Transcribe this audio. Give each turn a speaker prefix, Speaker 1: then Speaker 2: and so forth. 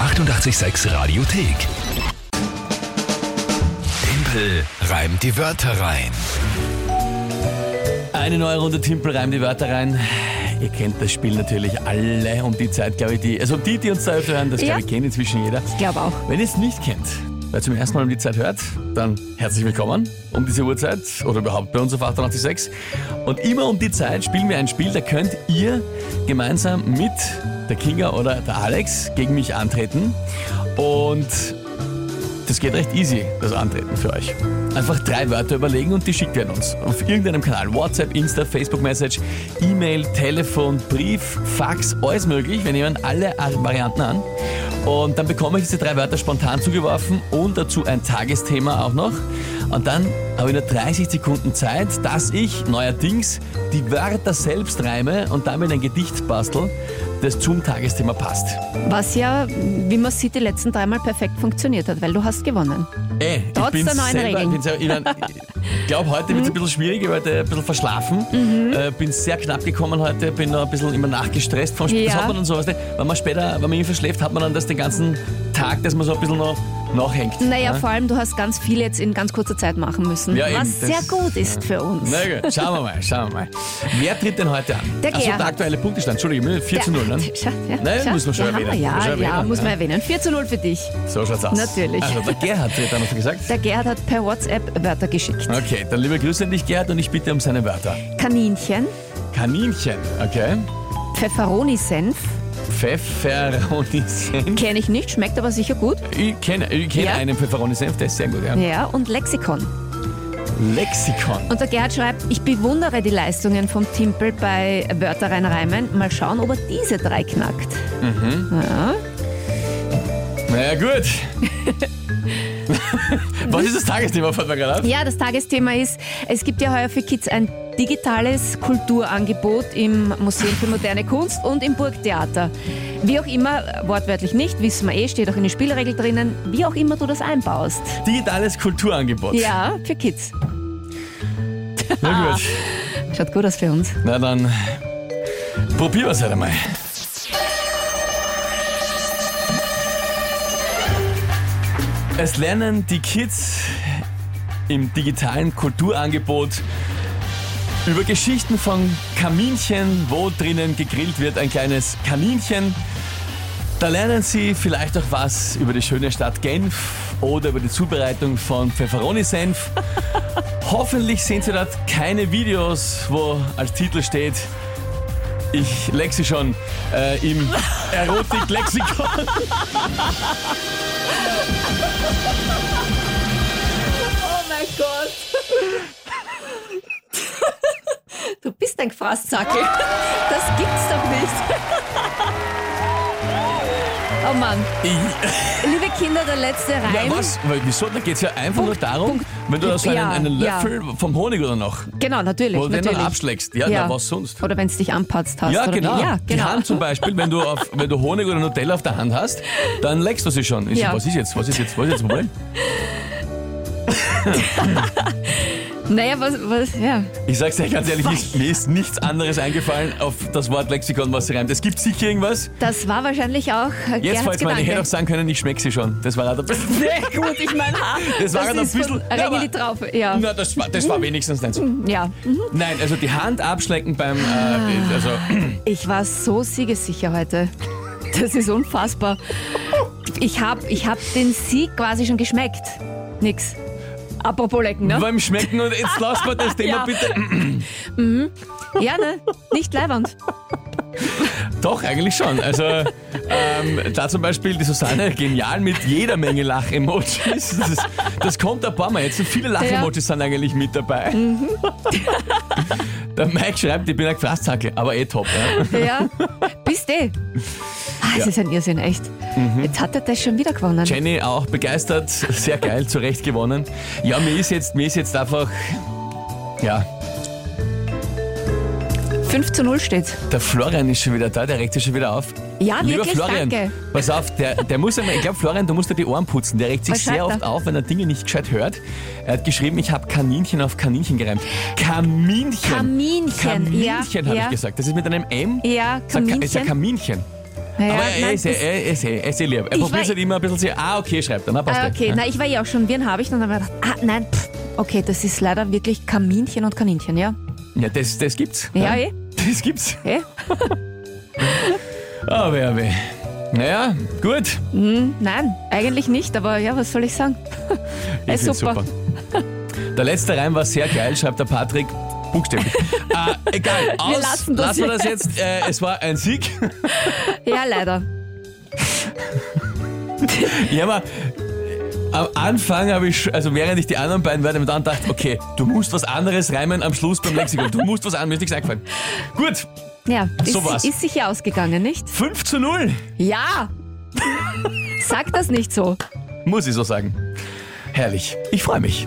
Speaker 1: 886 Radiothek. Tempel reimt die Wörter rein.
Speaker 2: Eine neue Runde Timpel reimt die Wörter rein. Ihr kennt das Spiel natürlich alle um die Zeit, glaube ich, die, also die, die uns da öfter hören, das
Speaker 3: Ja.
Speaker 2: glaube ich, kennt inzwischen jeder.
Speaker 3: Ich glaube auch.
Speaker 2: Wenn ihr es nicht kennt, weil ihr zum ersten Mal um die Zeit hört, dann herzlich willkommen um diese Uhrzeit oder überhaupt bei uns auf 886. Und immer um die Zeit spielen wir ein Spiel, da könnt ihr gemeinsam mit der Kinga oder der Alex gegen mich antreten. Und das geht recht easy, das Antreten für euch. Einfach drei Wörter überlegen und die schickt ihr an uns. Auf irgendeinem Kanal. WhatsApp, Insta, Facebook-Message, E-Mail, Telefon, Brief, Fax, alles möglich. Wir nehmen alle Ar- Varianten an. Und dann bekomme ich diese drei Wörter spontan zugeworfen und dazu ein Tagesthema auch noch. Und dann habe ich nur 30 Sekunden Zeit, dass ich neuerdings die Wörter selbst reime und damit ein Gedicht bastel, das zum Tagesthema passt.
Speaker 3: Was ja, wie man sieht, die letzten dreimal perfekt funktioniert hat, weil du hast gewonnen.
Speaker 2: Ey, Äh,
Speaker 3: Trotz
Speaker 2: ich bin
Speaker 3: der neuen
Speaker 2: selber,
Speaker 3: Regeln.
Speaker 2: Bin selber, ich mein, ich glaube, heute wird es ein bisschen schwierig, ich war heute ein bisschen verschlafen.
Speaker 3: Mhm.
Speaker 2: Äh, bin sehr knapp gekommen heute, bin noch ein bisschen immer nachgestresst vom Spiel. Das
Speaker 3: Ja.
Speaker 2: hat man dann so, weißt du, Ne, wenn man später, wenn man irgendwie verschläft, hat man dann das den ganzen Tag, dass man so ein bisschen noch nachhängt. ne?
Speaker 3: Naja,
Speaker 2: ja?
Speaker 3: vor allem, du hast ganz viel jetzt in ganz kurzer Zeit machen müssen,
Speaker 2: Ja, eben,
Speaker 3: was
Speaker 2: das-
Speaker 3: sehr gut ist für uns.
Speaker 2: Na gut, schauen wir mal, schauen wir mal. Wer tritt denn heute an?
Speaker 3: Der
Speaker 2: Achso,
Speaker 3: Gerhard.
Speaker 2: der aktuelle Punktestand, Entschuldigung, 4 zu 0, ne?
Speaker 3: Schau, ja,
Speaker 2: Nein,
Speaker 3: schau.
Speaker 2: muss man schon
Speaker 3: ja,
Speaker 2: erwähnen.
Speaker 3: Ja,
Speaker 2: Muss man
Speaker 3: ja,
Speaker 2: erwähnen,
Speaker 3: muss man
Speaker 2: ja.
Speaker 3: erwähnen. 4 zu 0 für dich.
Speaker 2: So schaut's aus.
Speaker 3: Natürlich.
Speaker 2: Also, der Gerhard wird dann noch gesagt.
Speaker 3: Der Gerhard hat per WhatsApp Wörter geschickt.
Speaker 2: Okay, dann liebe Grüße an dich, Gerhard, und ich bitte um seine Wörter.
Speaker 3: Kaninchen,
Speaker 2: Kaninchen, okay.
Speaker 3: Pfefferoni-Senf,
Speaker 2: Pfefferoni-Senf.
Speaker 3: kenne ich nicht, schmeckt aber sicher gut.
Speaker 2: Ich kenne ich kenn
Speaker 3: Ja.
Speaker 2: einen Pfefferoni-Senf, der ist sehr gut, ja.
Speaker 3: Ja, und Lexikon.
Speaker 2: Lexikon.
Speaker 3: Und der Gerhard schreibt, ich bewundere die Leistungen von Timpel bei Wörter reinreimen. Mal schauen, ob er diese drei knackt. Ja.
Speaker 2: Na ja, gut. Was ist das Tagesthema, fällt mir gerade auf?
Speaker 3: ja, das Tagesthema ist, es gibt ja heuer für Kids ein digitales Kulturangebot im Museum für moderne Kunst und im Burgtheater. Wie auch immer, wortwörtlich nicht, wissen wir eh, steht auch in den Spielregeln drinnen, wie auch immer du das einbaust.
Speaker 2: Digitales Kulturangebot.
Speaker 3: Ja, für Kids.
Speaker 2: Na gut.
Speaker 3: Schaut gut aus für uns.
Speaker 2: Na dann, probieren wir es halt einmal. Es lernen die Kids im digitalen Kulturangebot über Geschichten von Kaminchen, wo drinnen gegrillt wird, ein kleines Kaninchen. Da lernen Sie vielleicht auch was über die schöne Stadt Genf oder über die Zubereitung von Pfefferoni-Senf. Hoffentlich sehen Sie dort keine Videos, wo als Titel steht, ich leck sie schon äh, im Erotik-Lexikon.
Speaker 3: Oh mein Gott. Du bist ein Gefraßzackel. Das gibt's doch nicht. Oh Mann. Liebe Kinder, der letzte Reim.
Speaker 2: Ja, was? Weil Wieso? Da geht es ja einfach nur
Speaker 3: Punkt,
Speaker 2: darum,
Speaker 3: Punkt.
Speaker 2: wenn du da so einen,
Speaker 3: Ja,
Speaker 2: einen
Speaker 3: ja.
Speaker 2: Löffel vom Honig oder noch,
Speaker 3: Genau, natürlich.
Speaker 2: wo du den
Speaker 3: natürlich.
Speaker 2: dann abschlägst. Ja,
Speaker 3: Ja.
Speaker 2: Na, was sonst?
Speaker 3: Oder wenn es dich anpatzt hast.
Speaker 2: Ja
Speaker 3: oder
Speaker 2: genau.
Speaker 3: Wie. ja,
Speaker 2: Die
Speaker 3: genau.
Speaker 2: Hand zum Beispiel, wenn du, auf, wenn du Honig oder Nutella auf der Hand hast, dann leckst du sie schon. Ich
Speaker 3: Ja.
Speaker 2: so, was ist jetzt? Was ist jetzt? Was ist jetzt das Problem?
Speaker 3: Naja, was, was, ja.
Speaker 2: Ich sag's dir ganz ehrlich, ich, mir ist nichts anderes eingefallen auf das Wort Lexikon, was reimt. Es gibt sicher irgendwas.
Speaker 3: Das war wahrscheinlich auch
Speaker 2: Jetzt
Speaker 3: Gerhards
Speaker 2: falls man, ich hätte auch
Speaker 3: Gedanke.
Speaker 2: sagen können, ich schmeck sie schon. Das war halt ein bisschen.
Speaker 3: Nee, gut, ich meine,
Speaker 2: Das war halt ein
Speaker 3: ist
Speaker 2: bisschen.
Speaker 3: von
Speaker 2: Ja, aber-
Speaker 3: Regeli Traufe. Ja,
Speaker 2: Na, das war, das war wenigstens nicht so.
Speaker 3: ja. Mhm.
Speaker 2: Nein, also die Hand abschlecken beim. Äh, also,
Speaker 3: Ich war so siegessicher heute. Das ist unfassbar. Ich habe ich hab den Sieg quasi schon geschmeckt. Nix. Apropos lecken, ne?
Speaker 2: beim Schmecken und jetzt lassen wir das Thema
Speaker 3: Ja.
Speaker 2: bitte.
Speaker 3: Ja, ne? Nicht leibernd.
Speaker 2: Doch, eigentlich schon. Also, ähm, da zum Beispiel die Susanne, genial mit jeder Menge Lach-Emojis. Das, ist- das kommt ein paar Mal jetzt. Und viele Lach-Emojis sind eigentlich mit dabei.
Speaker 3: Mhm.
Speaker 2: Der Mike schreibt, ich bin ein Gefraßzackel, aber eh top. Ja.
Speaker 3: Ja. Bist eh. Ah, es ist ein Irrsinn, echt.
Speaker 2: Mhm.
Speaker 3: Jetzt hat er das schon wieder gewonnen.
Speaker 2: Jenny auch begeistert, sehr geil, zu Recht gewonnen. Ja, mir ist jetzt, mir ist jetzt einfach, ja,
Speaker 3: 5 zu 0 steht.
Speaker 2: der Florian ist schon wieder da, der regt sich schon wieder auf.
Speaker 3: Ja,
Speaker 2: Lieber
Speaker 3: wirklich,
Speaker 2: Florian,
Speaker 3: danke.
Speaker 2: pass auf, der, der muss einmal, ich glaube, Florian, du musst dir die Ohren putzen. Der regt sich
Speaker 3: Was
Speaker 2: sehr
Speaker 3: schreibt er?
Speaker 2: oft auf, wenn er Dinge nicht gescheit hört. Er hat geschrieben, ich habe Kaninchen auf Kaninchen gereimt. Kaminchen.
Speaker 3: Kaminchen, ja.
Speaker 2: Kaminchen, habe
Speaker 3: ja.
Speaker 2: ich gesagt. Das ist mit einem M.
Speaker 3: Ja,
Speaker 2: Ist ein Ka- Ist ein
Speaker 3: Kaminchen.
Speaker 2: Kaminchen.
Speaker 3: Naja,
Speaker 2: Aber er
Speaker 3: nein,
Speaker 2: ist eh,
Speaker 3: das-
Speaker 2: er ist eh, er ist eh lieb. Er
Speaker 3: Ich
Speaker 2: probiert
Speaker 3: weiß-
Speaker 2: halt immer ein bisschen, zu- ah, okay, schreibt er, na, passt
Speaker 3: Ah,
Speaker 2: eh.
Speaker 3: okay,
Speaker 2: ja.
Speaker 3: na, ich war ja auch schon, Viren habe ich, und dann habe ich gedacht, ah, nein, pff, okay, das ist leider wirklich Kaninchen und Kaninchen, ja?
Speaker 2: ja, das, das gibt's.
Speaker 3: Ja, eh,
Speaker 2: Das gibt's.
Speaker 3: eh.
Speaker 2: Ah, weh, ah, weh. Naja, gut.
Speaker 3: Nein, eigentlich nicht, aber ja, was soll ich sagen?
Speaker 2: Ich
Speaker 3: Ist
Speaker 2: find's
Speaker 3: super.
Speaker 2: Der letzte Reim war sehr geil, schreibt der Patrick. Buchstäblich. äh, egal, aus,
Speaker 3: lassen das
Speaker 2: lassen wir das jetzt. Äh, es war ein Sieg.
Speaker 3: Ja, leider.
Speaker 2: Ja, aber äh, am Anfang habe ich, sch- also während ich die anderen beiden Wörter mit andacht, okay, du musst was anderes reimen am Schluss beim Lexikon. Du musst was anderes, mir ist nichts eingefallen. Gut,
Speaker 3: Ja, ist,
Speaker 2: So war's.
Speaker 3: ist sicher ausgegangen, nicht?
Speaker 2: 5 zu 0,
Speaker 3: Ja! Sag das nicht so.
Speaker 2: muss ich so sagen. Herrlich, ich freue mich.